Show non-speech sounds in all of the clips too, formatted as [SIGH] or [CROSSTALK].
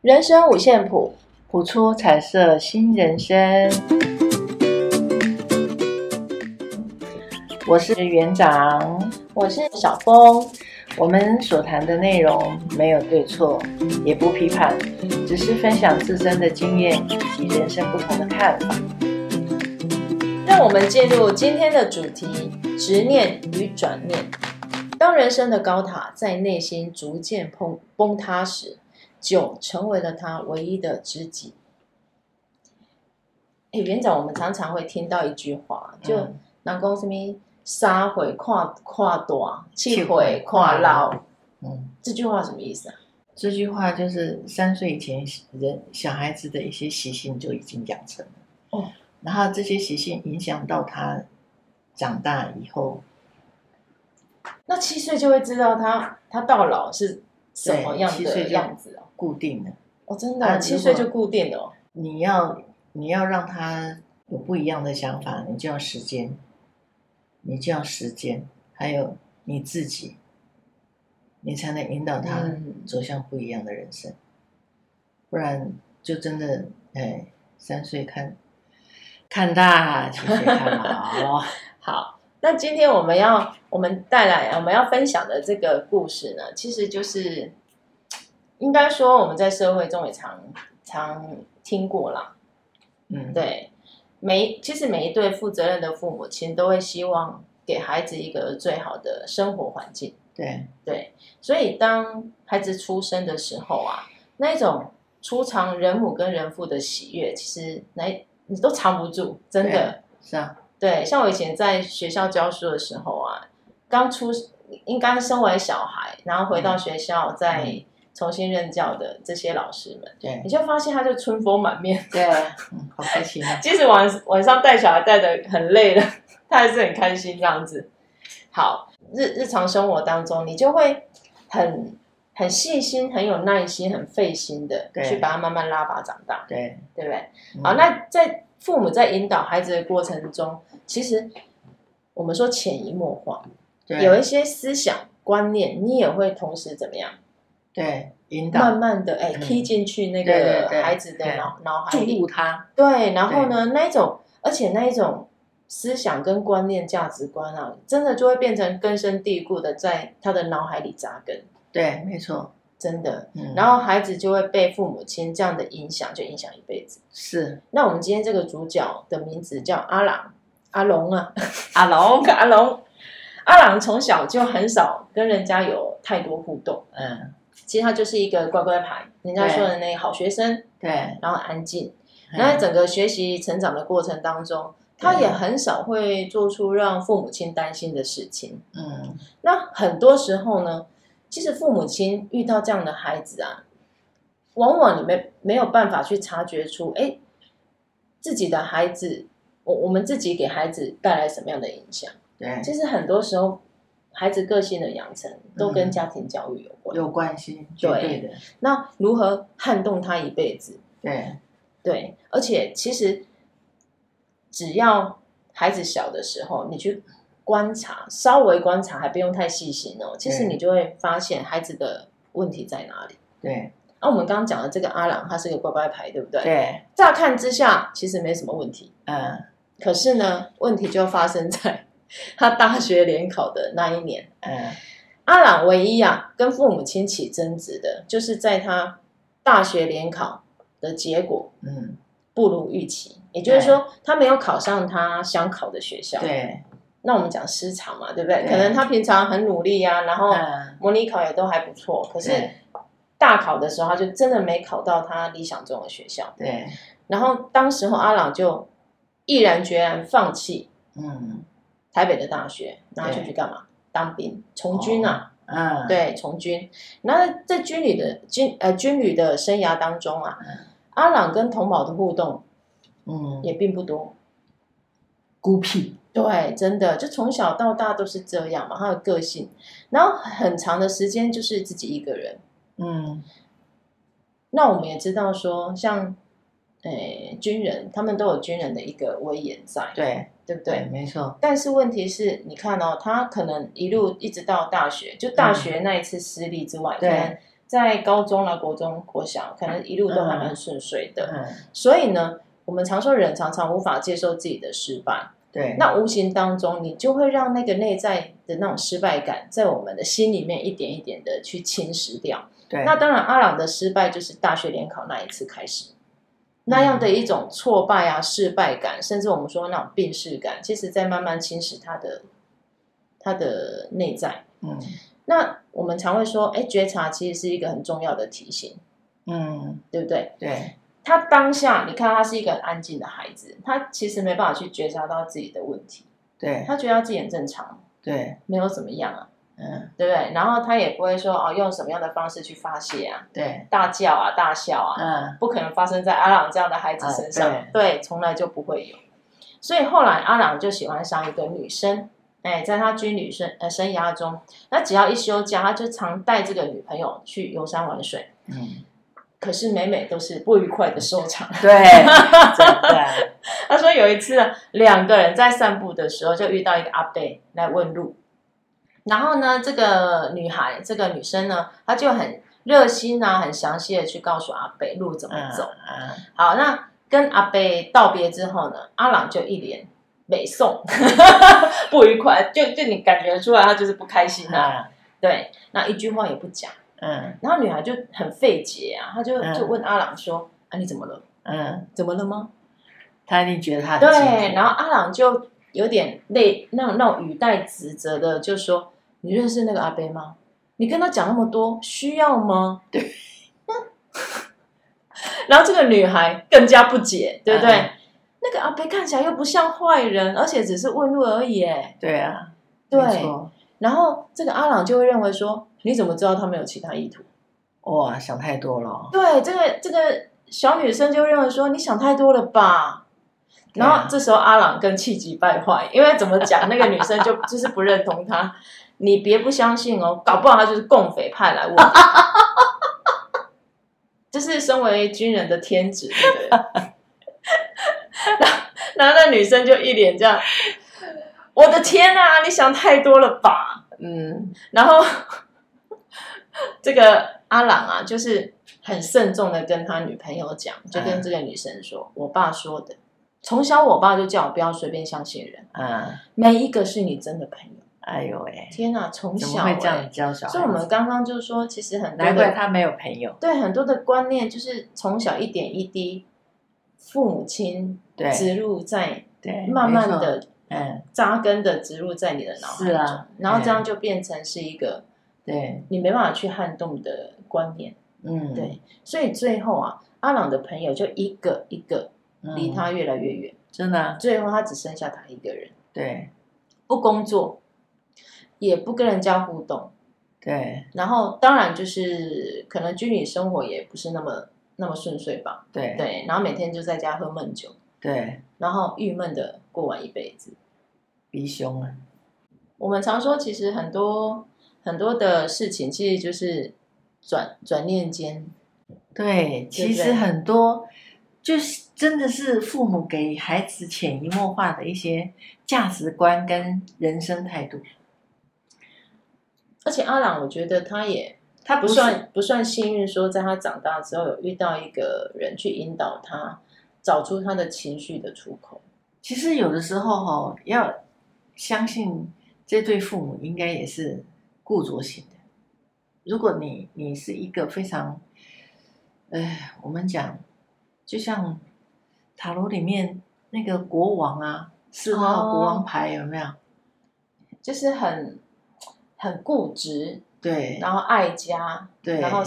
人生五线谱，谱出彩色新人生。我是园长，我是小峰。我们所谈的内容没有对错，也不批判，只是分享自身的经验以及人生不同的看法。让我们进入今天的主题：执念与转念。当人生的高塔在内心逐渐崩崩塌时，酒成为了他唯一的知己。哎，园长，我们常常会听到一句话，就嗯人讲什么“三回跨跨大，七七岁回跨老嗯，”，这句话什么意思啊？这句话就是三岁以前人小孩子的一些习性就已经养成了。哦，然后这些习性影响到他长大以后那七岁就会知道他他到老是什么对样七岁的就样子哦。固定了。哦，真的哦，啊如七岁果嗯就固定的哦。你要你要让他有不一样的想法，你就要时间，你就要时间，还有你自己，你才能引导他嗯，走向不一样的人生。不然就真的哎，三岁看看大，七岁看 [LAUGHS] 老。好，那今天我们要我们带来我们要分享的这个故事呢，其实就是应该说我们在社会中也常常听过啦。嗯，对，每其实每一对负责任的父母亲都会希望给孩子一个最好的生活环境。对，对，所以当孩子出生的时候啊，那一种初尝人母跟人父的喜悦，其实来你都藏不住，真对的啊。是啊，对，像我以前在学校教书的时候啊，刚出应该身为小孩，然后回到学校再重新任教的这些老师们，对你就发现他就春风满面。对啊，嗯，好开 [LAUGHS] 心啊！即使晚晚上带小孩带的很累了，他还是很开心这样子。好，日日常生活当中，你就会很很细心、很有耐心、很费心的对去把他慢慢拉拔长大，对，对不对？嗯好，那在父母在引导孩子的过程中，其实我们说潜移默化，对有一些思想观念，你也会同时怎么样，对引慢导慢的哎嗯踢进去那对对个对孩子的对脑脑海注里，入他，对，然后呢，那一种，而且那一种思想跟观念、价值观啊，真的就会变成根深蒂固的在他的脑海里扎根，对，没错，真的。嗯，然后孩子就会被父母亲这样的影响，就影响一辈子。是那我们今天这个主角的名字叫阿朗，阿龙啊，阿龙， [LAUGHS] 阿龙。阿朗从小就很少跟人家有太多互动，嗯，其实他就是一个乖乖牌，人家对说的那好学生，对，然后安静，那在嗯整个学习成长的过程当中，他也很少会做出让父母亲担心的事情。嗯，那很多时候呢，其实父母亲遇到这样的孩子啊，往往你没没有办法去察觉出，哎，自己的孩子，我我们自己给孩子带来什么样的影响？对，其实很多时候，孩子个性的养成都跟家庭教育有关。有关系，绝对的，那如何撼动他一辈子？对，对，而且其实只要孩子小的时候，你去观察，稍微观察，还不用太细心哦。其实对你就会发现孩子的问题在哪里。对，那、我们刚刚讲的这个阿郎，他是个乖乖牌，对不对？。对，乍看之下，其实没什么问题，嗯，可是呢，问题就发生在 [LAUGHS] 他大学联考的那一年。嗯，阿朗唯一啊跟父母亲起争执的，就是在他大学联考的结果嗯，不如预期，也就是说他没有考上他想考的学校。，对，那我们讲失常嘛，对不对？对可能他平常很努力啊，然后嗯，模拟考也都还不错，可是对大考的时候他就真的没考到他理想中的学校。对，然后当时候阿朗就毅然决然放弃嗯，台北的大学，然后就对哦去干嘛？当兵，从军啊。嗯，，对，从军。那在军旅的军呃军旅的生涯当中啊嗯，阿朗跟同胞的互动嗯，也并不多。孤僻，对，真的，就从小到大都是这样嘛，他的个性。然后很长的时间就是自己一个人。嗯，那我们也知道说，像诶军人，他们都有军人的一个威严在，对，对不对，对？没错，但是问题是，你看哦，他可能一路一直到大学，就大学那一次失利之外，可嗯对能在高中啦、国中、国小，可能一路都还蛮顺遂的。嗯，所以呢，我们常说人常常无法接受自己的失败，对，那无形当中你就会让那个内在的那种失败感，在我们的心里面一点一点的去侵蚀掉。对，那当然，阿朗的失败就是大学联考那一次开始，那样的一种挫败啊、失败感，甚至我们说那种病逝感，其实在慢慢侵蚀他的他的内在。嗯那我们常会说，哎，觉察其实是一个很重要的提醒，嗯，对不对？对，他当下，你看他是一个很安静的孩子，他其实没办法去觉察到自己的问题，对，他觉得他自己很正常，对，没有怎么样啊，嗯，对不对？然后他也不会说哦，用什么样的方式去发泄啊，对，大叫啊，大笑啊，嗯，不可能发生在阿朗这样的孩子身上，啊对，从来就不会有。所以后来阿朗就喜欢上一个女生，哎，在他军旅生呃生涯中，那只要一休假，他就常带这个女朋友去游山玩水， [LAUGHS] 嗯，可是每每都是不愉快的收场。对，真的， [LAUGHS] 他说有一次呢，两个人在散步的时候就遇到一个阿伯来问路，然后呢，这个女孩，这个女生呢，她就很热心啊，很详细的去告诉阿伯路怎么嗯走。嗯，好，那跟阿贝道别之后呢，阿朗就一脸美送， [LAUGHS] 不愉快，就就你感觉出来他就是不开心啊。嗯对，那一句话也不讲，嗯然后女孩就很费解啊，她就嗯就问阿朗说：“啊，你怎么了？嗯，怎么了吗他一定觉得？”他很对，辛然后阿朗就有点泪，那种那种语带指责的就说：“你认识那个阿贝吗？你跟他讲那么多，需要吗？”对。 [LAUGHS] 然后这个女孩更加不解，对不对？嗯那个阿贝看起来又不像坏人，而且只是问路而已耶。苦，对啊，对没错然后这个阿朗就会认为说，你怎么知道他没有其他意图？哇，想太多了，对，这个这个小女生就认为说，你想太多了吧。对啊然后这时候阿朗更气急败坏，因为怎么讲，那个女生就 [LAUGHS] 就是不认同他。你别不相信哦，搞不好他就是共匪派来问你。这是身为军人的天职，对不对？然后那女生就一脸这样，我的天啊，你想太多了吧？嗯，然后这个阿朗啊，就是很慎重的跟他女朋友讲，就嗯跟这个女生说：“我爸说的，从小我爸就叫我不要随便相信人，嗯，每一个是你真的朋友。哎呦喂”，天哪，从怎小、么会这样欸，教小孩？所以我们刚刚就说，其实很多难怪的他没有朋友，对很多的观念，就是从小一点一滴，父母亲对植入在对，慢慢没错，的嗯，扎根的植入在你的脑海是中，啊，然后这样嗯就变成是一个对，你没办法去撼动的观念。嗯，对，所以最后啊，阿朗的朋友就一个一个嗯，离他越来越远，真的啊，最后他只剩下他一个人，对不工作，也不跟人家互动，对然后当然就是可能军旅生活也不是那么那么顺遂吧，对对，然后每天就在家喝闷酒，对，然后郁闷的过完一辈子。鼻凶啊，我们常说，其实很多很多的事情，其实就是转转念间，对，其实很多就是真的是父母给孩子潜移默化的一些价值观跟人生态度，而且阿朗，我觉得他也他不是算不算幸运，说在他长大之后有遇到一个人去引导他，找出他的情绪的出口。其实有的时候哈、哦，要相信这对父母应该也是固着型的。如果你你是一个非常，呃，我们讲，就像塔罗里面那个国王啊，四号国哦王牌有没有？就是很很固执，对然后爱家，对，然后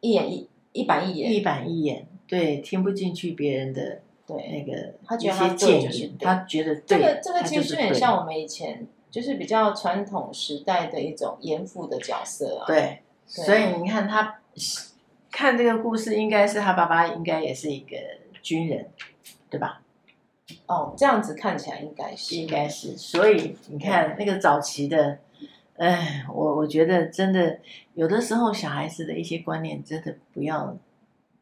一眼一一板一一眼，板一眼，对，听不进去别人的对，那个他觉一得他些对建就是议，对他觉得这对，个这个他其就实是就很对像我们以前就是比较传统时代的一种严父的角色啊，对，所以你看他看这个故事，应该是他爸爸应该也是一个军人，对吧？哦，这样子看起来应该是应该是，所以你看那个早期的，哎，我我觉得真的有的时候小孩子的一些观念，真的不要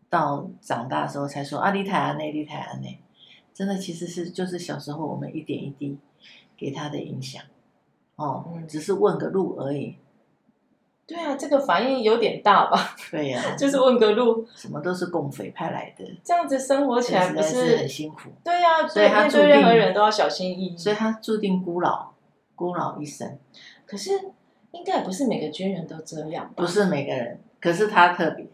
到长大的时候才说啊，你太安内，你太安内，真的其实是就是小时候我们一点一滴给他的影响，哦，嗯只是问个路而已，对啊，这个反应有点大吧？ [LAUGHS] 对呀、就是问个路，什么都是共匪派来的，这样子生活起这来实不在是是？很辛苦，对呀、所以对他面注对任何定人都要小心翼翼。所以他注定孤老，孤老一生。可是应该也不是每个军人都这样吧？不是每个人，可是他特别，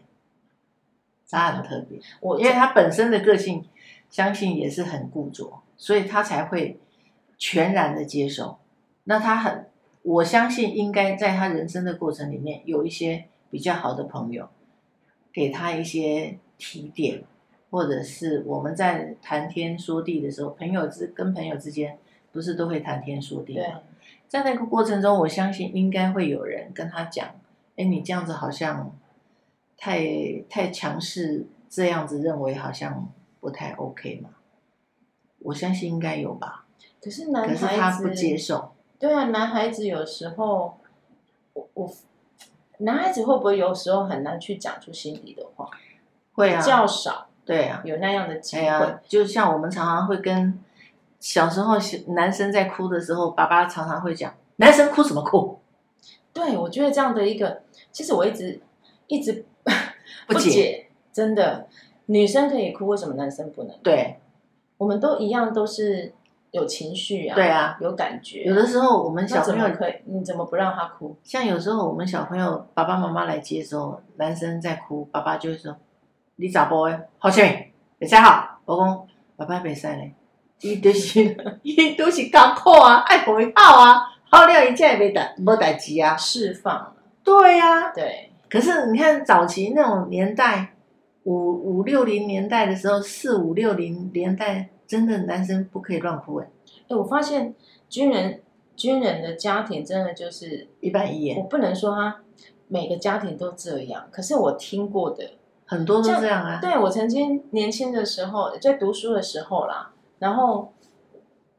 他很特别，我因为他本身的个性，相信也是很固着，所以他才会全然的接受。那他很，我相信应该在他人生的过程里面，有一些比较好的朋友，给他一些提点，或者是我们在谈天说地的时候，朋友之跟朋友之间，不是都会谈天说地吗？对在那个过程中，我相信应该会有人跟他讲：“哎，你这样子好像太太强势，这样子认为好像不太 OK 嘛。”我相信应该有吧，可是男孩可是子他不接受。对啊，男孩子有时候，我我男孩子会不会有时候很难去讲出心里的话？会啊比，较少对啊，有那样的机哎会。呀，就像我们常常会跟小时候小男生在哭的时候，爸爸常常会讲：“男生哭什么哭？对，我觉得这样的一个，其实我一直一直 [LAUGHS] 不解真的，女生可以哭，为什么男生不能？对，我们都一样，都是有情绪啊，对啊，有感觉。有的时候我们那小怎朋么友可以？你怎么不让他哭？像有时候我们小朋友爸爸妈妈来接的时候，男生在哭，爸爸就会说：“你咋播诶？好笑没？别使好。”我讲：“爸爸别使嘞，伊就是 [LAUGHS] 伊就是艰苦啊，爱互伊好啊，好了伊才会袂代无代志啊。释放，”对呀、对，可是你看早期那种年代，五五六零年代的时候，四五六零年代，真的男生不可以乱哭诶、哎，我发现军人军人的家庭真的就是一般一我眼不能说他每个家庭都这样，可是我听过的，很多都这样啊。对我曾经年轻的时候，在读书的时候啦，然后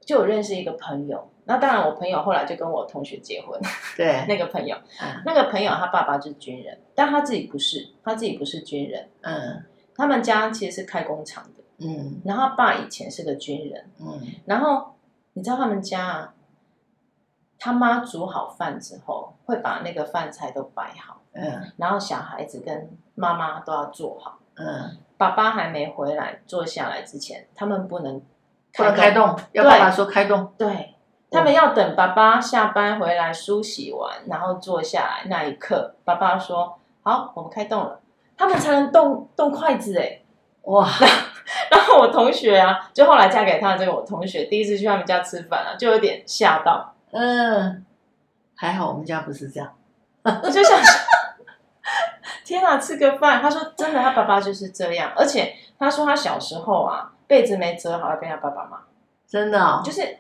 就有认识一个朋友，那当然我朋友后来就跟我同学结婚，对，那个朋友，嗯那个朋友他爸爸是军人，但他自己不是，他自己不是军人，嗯他们家其实是开工厂的，嗯然后他爸以前是个军人，嗯，然后你知道他们家啊，他妈煮好饭之后，会把那个饭菜都摆好。嗯然后小孩子跟妈妈都要做好。嗯，爸爸还没回来，坐下来之前，他们不能不能开动，对要爸爸说开动。对，他们要等爸爸下班回来梳洗完，然后坐下来那一刻，爸爸说：“好，我们开动了。”他们才能动动筷子哎。哇， [LAUGHS] 然后我同学啊，就后来嫁给他的这个我同学，第一次去他们家吃饭啊，就有点吓到， [LAUGHS] 嗯，还好我们家不是这样。我就想说。 [LAUGHS] 天啊，吃个饭！他说真的，他爸爸就是这样，而且他说他小时候啊，被子没折好要被他爸爸骂。真的哦，就是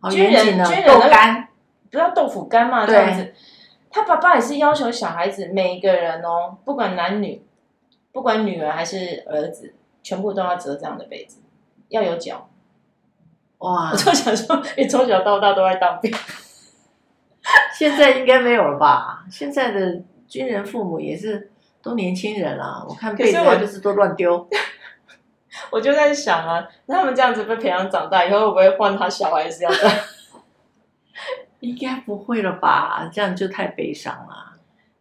好军严人谨哦呢军，人够那个干。不要豆腐干嘛这对样子。他爸爸也是要求小孩子每一个人哦，不管男女，不管女儿还是儿子，全部都要折这样的被子，要有脚。 [LAUGHS] 哇我，就想说，你从小到大都在当兵， [LAUGHS] [LAUGHS] 现在应该没有了吧？现在的军人父母也是都年轻人啦，我看可是被子我还不是都 [LAUGHS] 乱丢。我就在想啊，那他们这样子被培养长大以后，会不会换他小孩子要这 [LAUGHS] 样应该不会了吧？这样就太悲伤了。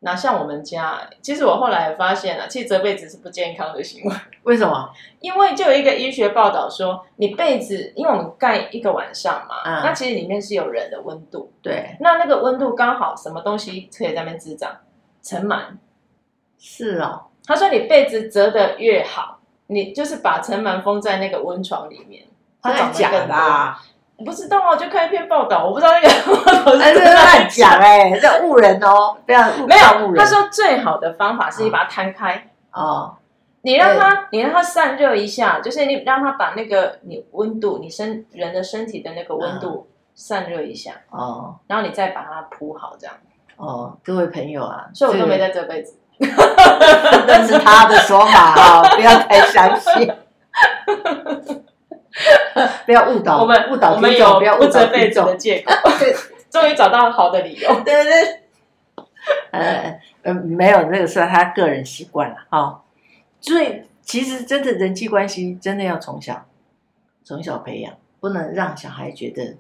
哪像我们家，其实我后来发现啊，其实折被子是不健康的行为。为什么？因为就有一个医学报道说，你被子，因为我们盖一个晚上嘛，嗯那其实里面是有人的温度，对，那那个温度刚好什么东西可以在那边滋长尘螨。是哦，他说你被子折得越好，你就是把尘螨封在那个温床里面，它真长的得假更的多。啊？我不知道啊，就看一篇报道，我不知道那个报道是哎，这真的还乱是假讲的。哎，这误人哦，不要误没误有，他人说最好的方法是你把它摊开，哦，你让它，你让它散热一下，就是你让它把那个你温度，你身人的身体的那个温度散热一下，哦然后你再把它铺好，这样。哦，各位朋友啊，所以我都这个没在折被子。 [LAUGHS] 那是他的 [LAUGHS] 说法啊，不要太相信。不要误导，我们误导我们听有众，不要误导折被听子的众。借 [LAUGHS] 口，对终于找到好的理由。对对， [LAUGHS] 呃呃，没有，那个是他个人习惯了哈、哦。所以其实真的人际关系真的要从小从小培养，不能让小孩觉得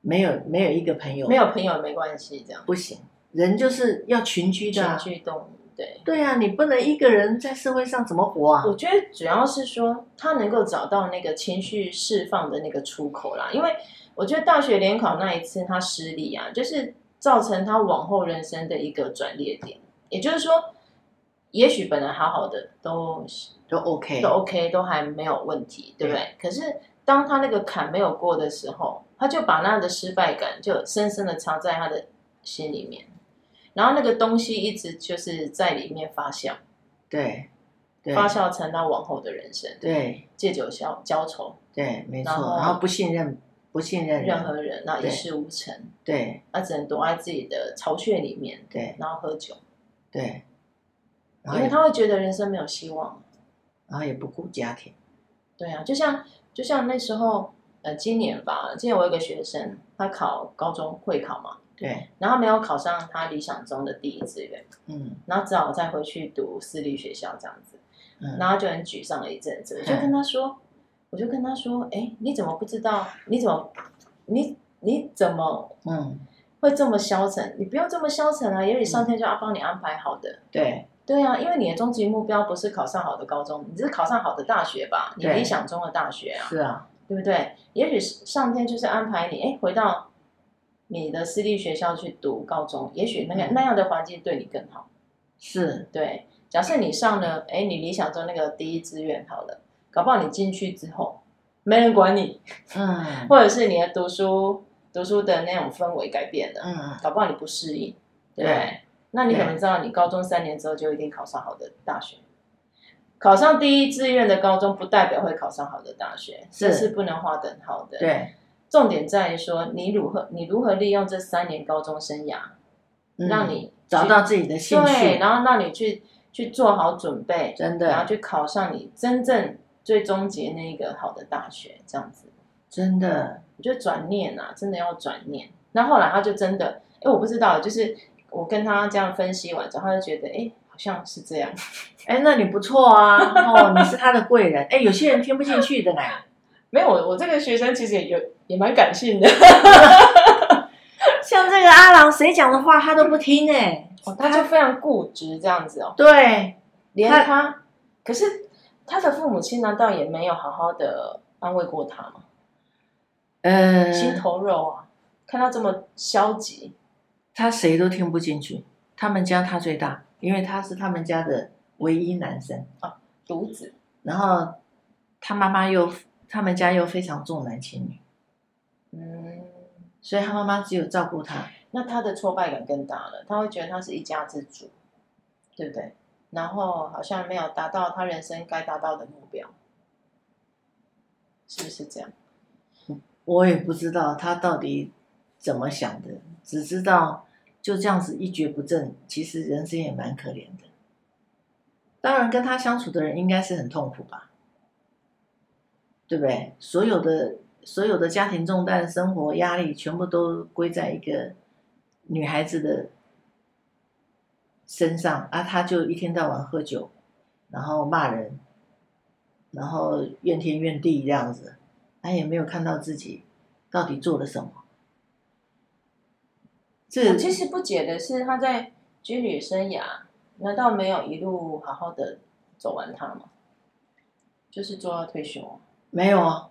没有没有一个朋友没有朋友没关系，这样不行，人就是要群居的、群啊，居动物。对，对啊，你不能一个人在社会上怎么活啊？我觉得主要是说他能够找到那个情绪释放的那个出口啦，因为我觉得大学联考那一次他失利啊，就是造成他往后人生的一个转捩点。也就是说，也许本来好好的都都 OK，都 OK，都还没有问题，对不对？可是当他那个坎没有过的时候，他就把那样的失败感就深深的藏在他的心里面，然后那个东西一直就是在里面发酵，对，对，发酵成他往后的人生，对借酒消浇愁，对，没错然。后然后不信任，不信任任人，何人那一对事无成，对他只能躲在自己的巢穴里面，对然后喝酒，对，然后因为也他会觉得人生没有希望。然后也不顾家庭，对啊，就像就像那时候，呃，今年吧，今年我有一个学生，他考高中会考嘛，对，然后没有考上他理想中的第一志愿，嗯然后只好再回去读私立学校这样子，嗯，然后就很沮丧了一阵子。我就跟他说，我就跟他说，哎，你怎么不知道？你怎么，你你怎么嗯，会这么消沉？你不用这么消沉啊，也许上天就要帮你安排好的。对对啊，因为你的终极目标不是考上好的高中，你是考上好的大学吧？你对理想中的大学啊。是啊，对不对？也许是上天就是安排你，哎，回到你的私立学校去读高中，也许那个嗯那样的环境对你更好。是对，假设你上了，哎，你理想中那个第一志愿好了，搞不好你进去之后没人管你，嗯或者是你的读书读书的那种氛围改变了，嗯搞不好你不适应，对不对对？那你可对能知道，你高中三年之后就一定考上好的大学。考上第一志愿的高中，不代表会考上好的大学，是这是不能划等号的。对，重点在于说，你如何你如何利用这三年高中生涯，嗯让你去找到自己的兴对，趣，然后让你去去做好准备，真然后的去考上你真正最终结那一个好的大学，这样子。真的，我觉得转念啊，真的要转念。那后来他就真的，哎，我不知道，就是我跟他这样分析完之后，他就觉得，哎，好像是这样。哎，那你不错啊， [LAUGHS] 哦，你是他的贵人，哎，有些人听不进去的呢，没有，我我这个学生其实也有也蛮感性的， [LAUGHS] 像这个阿郎，谁讲的话他都不听呢，哦 [LAUGHS] 他就非常固执这样子哦。对，连他他，可是他的父母亲难道也没有好好的安慰过他吗？嗯，心头肉啊，看他这么消极，他谁都听不进去，他们家他最大，因为他是他们家的唯一男生，独子然后他妈妈又他们家又非常重男轻女，嗯，所以他妈妈只有照顾他，那他的挫败感更大了，他会觉得他是一家之主，对不对？然后好像没有达到他人生该达到的目标，是不是这样？我也不知道他到底怎么想的，只知道就这样子一蹶不振，其实人生也蛮可怜的。当然，跟他相处的人应该是很痛苦吧，对不对？所有的所有的家庭重担、生活压力，全部都归在一个女孩子的身上啊！她就一天到晚喝酒，然后骂人，然后怨天怨地这样子。他也没有看到自己到底做了什么。这我其实不解的是，他在军旅生涯难道没有一路好好的走完它吗？就是做到退休啊，没有啊，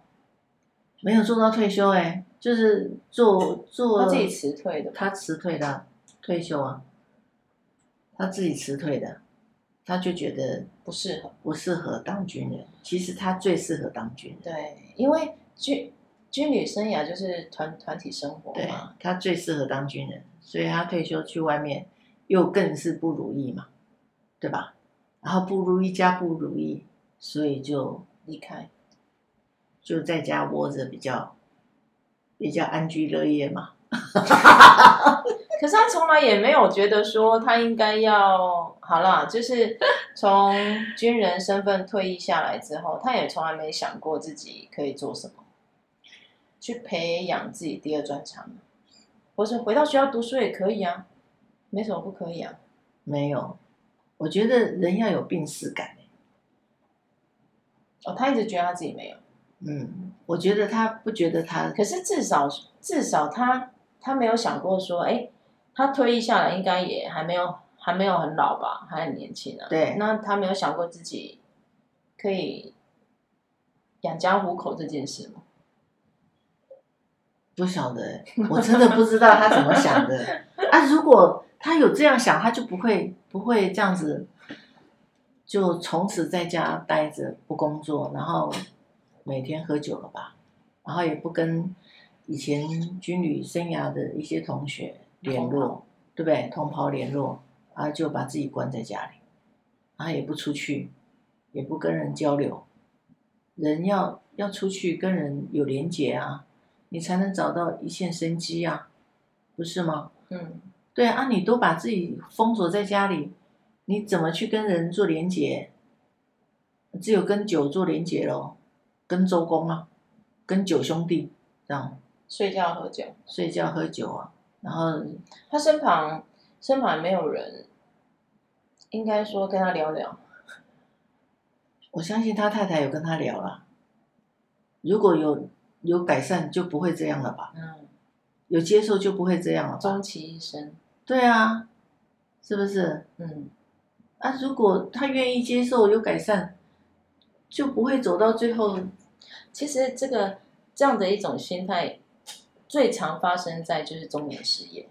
没有做到退休哎、就是做做他自己辞退的吧。他辞退的啊退休啊，他自己辞退的，他就觉得不适合。不适合当军人。其实他最适合当军人，对，因为军军旅生涯就是团团体生活对嘛，他最适合当军人，所以他退休去外面又更是不如意嘛，对吧？然后不如意加不如意，所以就离开。就在家窝着比较比较安居乐业嘛。可是他从来也没有觉得说他应该要好啦，就是从军人身份退役下来之后，他也从来没想过自己可以做什么，去培养自己第二专长，或是回到学校读书也可以啊，没什么不可以啊。没有，我觉得人要有病逝感。欸哦，他一直觉得他自己没有，嗯，我觉得他不觉得他可是至少至少他他没有想过说，哎，他退役下来应该也还没有还没有很老吧，还很年轻啊。对那他没有想过自己可以养家糊口这件事吗？不晓得，我真的不知道他怎么想的啊！如果他有这样想，他就不会不会这样子，就从此在家待着不工作，然后每天喝酒了吧，然后也不跟以前军旅生涯的一些同学联同络，对不对？同袍联络，啊，就把自己关在家里，然后也不出去，也不跟人交流，人要要出去跟人有连结啊。你才能找到一线生机呀、不是吗？嗯，对啊，你都把自己封锁在家里，你怎么去跟人做连结？只有跟酒做连结咯，跟周公啊，跟九兄弟这样睡觉喝酒，睡觉喝酒啊，然后他身旁身旁没有人，应该说跟他聊聊。我相信他太太有跟他聊了，如果有有改善就不会这样了吧，嗯，有接受就不会这样了吧？终其一生，对啊，是不是？嗯，啊，如果他愿意接受有改善，就不会走到最后。其实这个这样的一种心态，最常发生在就是中年失业，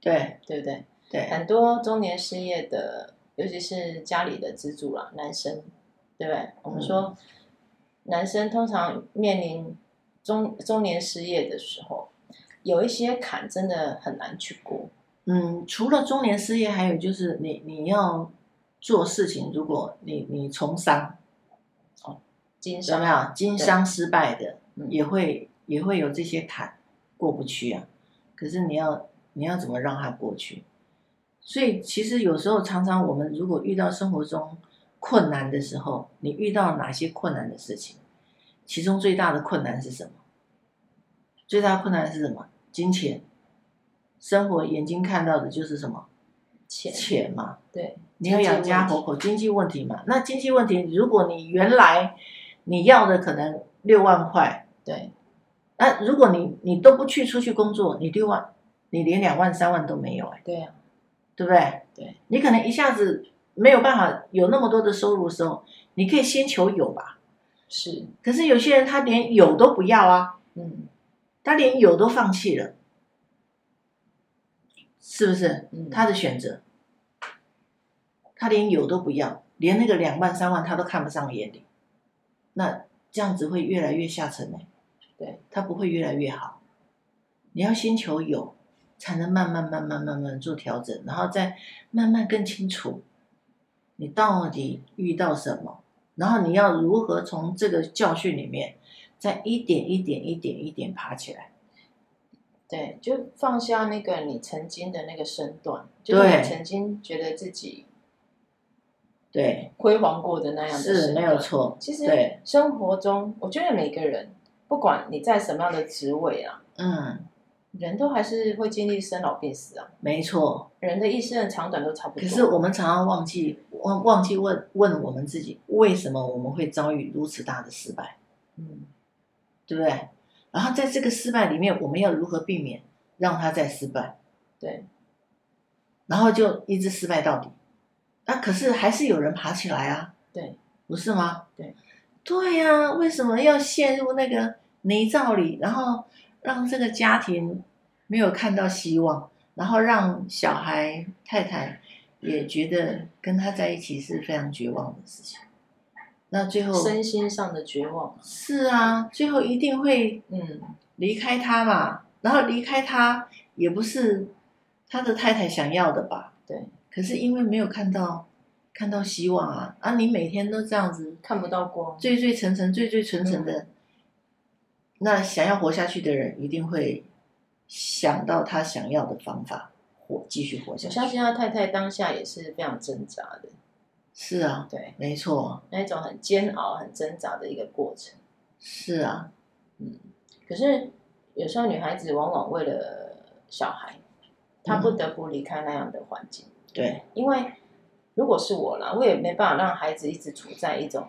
对对不对？对很多中年失业的，尤其是家里的支柱啦，男生，对不嗯对？我们说，男生通常面临中中年失业的时候，有一些坎真的很难去过。嗯，除了中年失业，还有就是你你要做事情，如果你你从商经有商没有经商失败的，嗯也会也会有这些坎过不去啊。可是你要你要怎么让它过去？所以其实有时候常常我们如果遇到生活中困难的时候，你遇到哪些困难的事情？其中最大的困难是什么？最大的困难是什么？金钱，生活眼睛看到的就是什么钱，钱嘛。对，你要养家经济糊问题口，经济问题嘛。那经济问题，如果你原来你要的可能六万块，对，那如果你你都不去出去工作，你六万，你连两万三万都没有、哎，对啊，对不对？对，你可能一下子没有办法有那么多的收入的时候，你可以先求有吧。是，可是有些人他连有都不要啊，嗯他连有都放弃了，是不是？嗯，他的选择，他连有都不要，连那个两万三万他都看不上眼里，那这样子会越来越下沉呢、对，他不会越来越好。你要先求有，才能慢慢慢慢慢慢做调整，然后再慢慢更清楚你到底遇到什么，然后你要如何从这个教训里面，再一点一点一点一点爬起来。对，就放下那个你曾经的那个身段，就是对你曾经觉得自己对，辉煌过的那样的是身没段有错。其实对，生活中，我觉得每个人，不管你在什么样的职位啊，嗯，人都还是会经历生老病死啊，没错。人的一生的长短都差不多。可是我们常常忘记忘忘记问问我们自己，为什么我们会遭遇如此大的失败，嗯，对不对？然后在这个失败里面，我们要如何避免让它再失败，对，然后就一直失败到底？那、可是还是有人爬起来啊，对，不是吗？对，对呀、为什么要陷入那个泥沼里，然后让这个家庭没有看到希望，然后让小孩太太也觉得跟他在一起是非常绝望的事情。那最后身心上的绝望。是啊，最后一定会嗯，离开他嘛，然后离开他也不是他的太太想要的吧？对，可是因为没有看到看到希望啊，啊，你每天都这样子看不到光。醉醉沉沉、醉醉沉沉嗯的，那想要活下去的人一定会想到他想要的方法活，继续活下我相去。信他太太当下也是非常挣扎的，是啊，对，没错，那一种很煎熬、很挣扎的一个过程。是啊，可是有时候女孩子往往为了小孩，她嗯不得不离开那样的环境。对，因为如果是我啦，我也没办法让孩子一直处在一种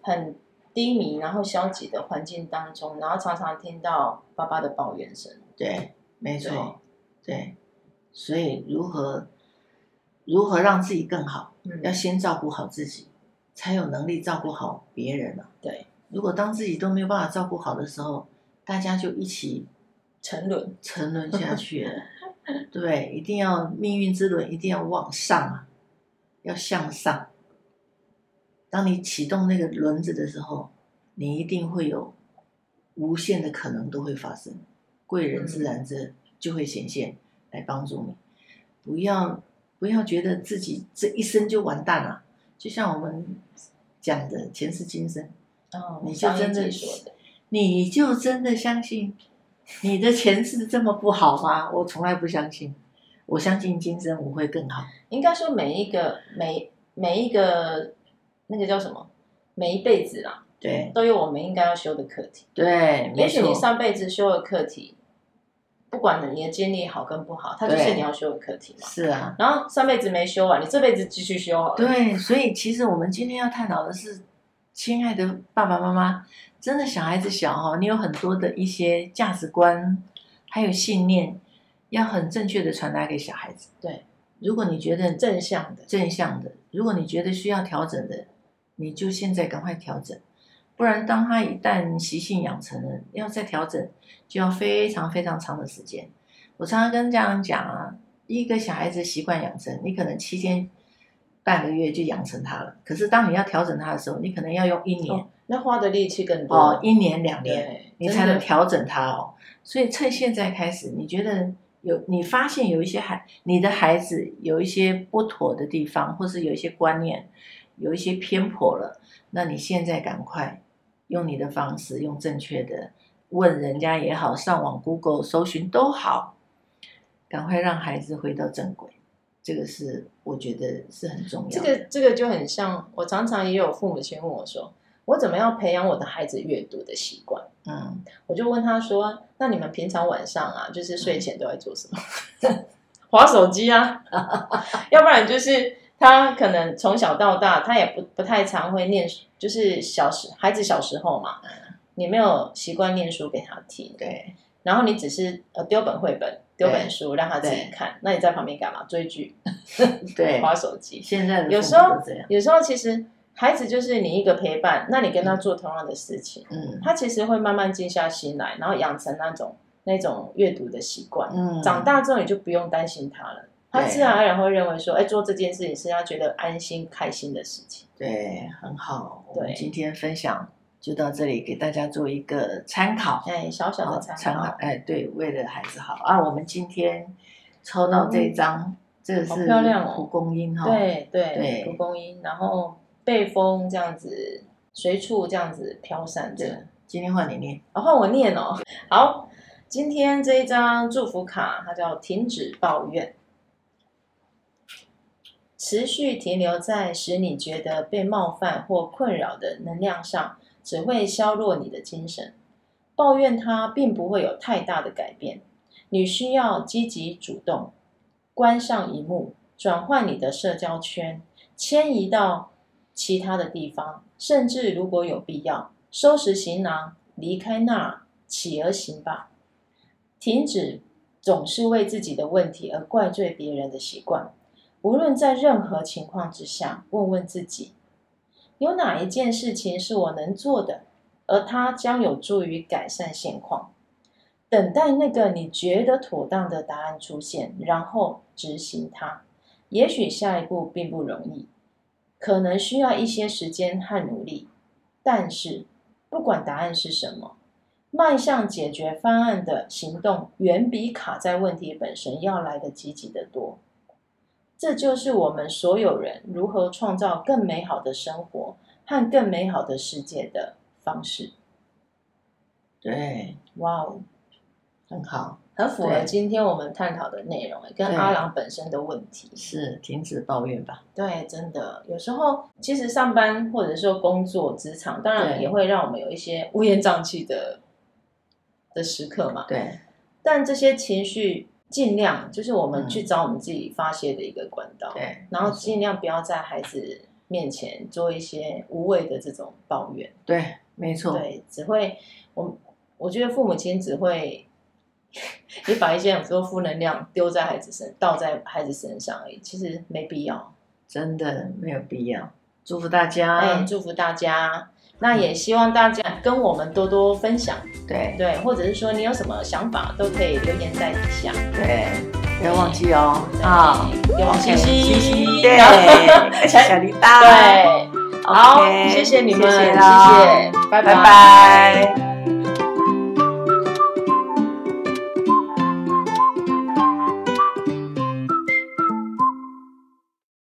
很低迷然后消极的环境当中，然后常常听到爸爸的抱怨声。对，没错，对。所以如何如何让自己更好，要嗯，先照顾好自己，才有能力照顾好别人啊。对，如果当自己都没有办法照顾好的时候，大家就一起沉沦，沉沦下去了。对，一定要命运之轮一定要往上啊，要向上。当你启动那个轮子的时候，你一定会有无限的可能都会发生，贵人自然这就会显现来帮助你。不要不要觉得自己这一生就完蛋了、就像我们讲的前世今生，哦，你就上一真集的说的，你就真的相信你的前世这么不好吗？我从来不相信，我相信今生我会更好。应该说每一个每每一个那个叫什么，每一辈子啦，对都有我们应该要修的课题。对，也没许你错，上辈子修的课题，不管你的经历好跟不好，它就对是你要修的课题嘛。是啊，然后上辈子没修完，你这辈子继续修好了。对，所以其实我们今天要探讨的是，亲爱的爸爸妈妈，真的小孩子小哦，你有很多的一些价值观，还有信念，要很正确的传达给小孩子。对，如果你觉得正向的，正向的，如果你觉得需要调整的，你就现在赶快调整，不然当他一旦习性养成了，要再调整就要非常非常长的时间。我常常跟家长讲啊，一个小孩子习惯养成，你可能七天、半个月就养成他了，可是当你要调整他的时候，你可能要用一年哦那花的力气更多。哦，一年两年，对，你真才的能调整它哦。所以趁现在开始，你觉得有你发现有一些孩你的孩子有一些不妥的地方，或是有一些观念有一些偏颇了，那你现在赶快用你的方式，用正确的问人家也好，上网 Google 搜寻都好，赶快让孩子回到正轨。这个是我觉得是很重要这的。个这个就很像，我常常也有父母亲问我说，我怎么样培养我的孩子阅读的习惯？嗯，我就问他说，那你们平常晚上啊，就是睡前都在做什么？ [LAUGHS] 划手机啊， [LAUGHS] 要不然就是他可能从小到大，他也不不太常会念书，就是小时孩子小时候嘛，你没有习惯念书给他听，对然后你只是呃丢本绘本。丢本书让他自己对看，那你在旁边干嘛？追剧、 [LAUGHS] [LAUGHS] 对，划手机，现在的有父时母候都这样，有时候其实孩子就是你一个陪伴，那你跟他做同样的事情，嗯他其实会慢慢静下心来，然后养成那种那种阅读的习惯。嗯，长大之后你就不用担心他了，他对自然而然会认为说，哎，做这件事情是他觉得安心开心的事情。对，很好。我们对今天分享就到这里，给大家做一个参考。哎，小小好的参考，哎，对，为了孩子好啊。我们今天抽到这一张，这个嗯好是漂亮哦蒲公英哈、对对对，蒲公英，然后被风这样子，随处这样子飘散着对。今天换你念，然后我念哦。好，今天这一张祝福卡，它叫“停止抱怨”，持续停留在使你觉得被冒犯或困扰的能量上，只会削弱你的精神。抱怨它并不会有太大的改变，你需要积极主动，关上荧幕，转换你的社交圈，迁移到其他的地方，甚至如果有必要，收拾行囊，离开那儿，起而行吧。停止总是为自己的问题而怪罪别人的习惯。无论在任何情况之下，问问自己，有哪一件事情是我能做的，而它将有助于改善现况。等待那个你觉得妥当的答案出现，然后执行它。也许下一步并不容易，可能需要一些时间和努力，但是不管答案是什么，迈向解决方案的行动远比卡在问题本身要来的积极得多。这就是我们所有人如何创造更美好的生活和更美好的世界的方式。对，哇哦，很好，很符合对今天我们探讨的内容，欸跟对阿郎本身的问题。是停止抱怨吧。对，真的，有时候其实上班或者说工作职场，当然对也会让我们有一些乌烟瘴气的的时刻嘛。对，但这些情绪尽量就是我们嗯去找我们自己发泄的一个管道，对，然后尽量不要在孩子面前做一些无谓的这种抱怨，对，没错，对，只会我我觉得父母亲只会 [LAUGHS] 你把一些很多负能量丢在孩子身，倒在孩子身上而已，其实没必要。真的没有必要。祝福大家，哎、祝福大家，那也希望大家跟我们多多分享，对对，或者是说你有什么想法都可以留言在底下。对，不要忘记哦啊，对，有谢信谢，息，[LAUGHS] 谢谢对，小铃铛，对，好 OK，谢谢你们，谢谢谢啦谢，拜拜拜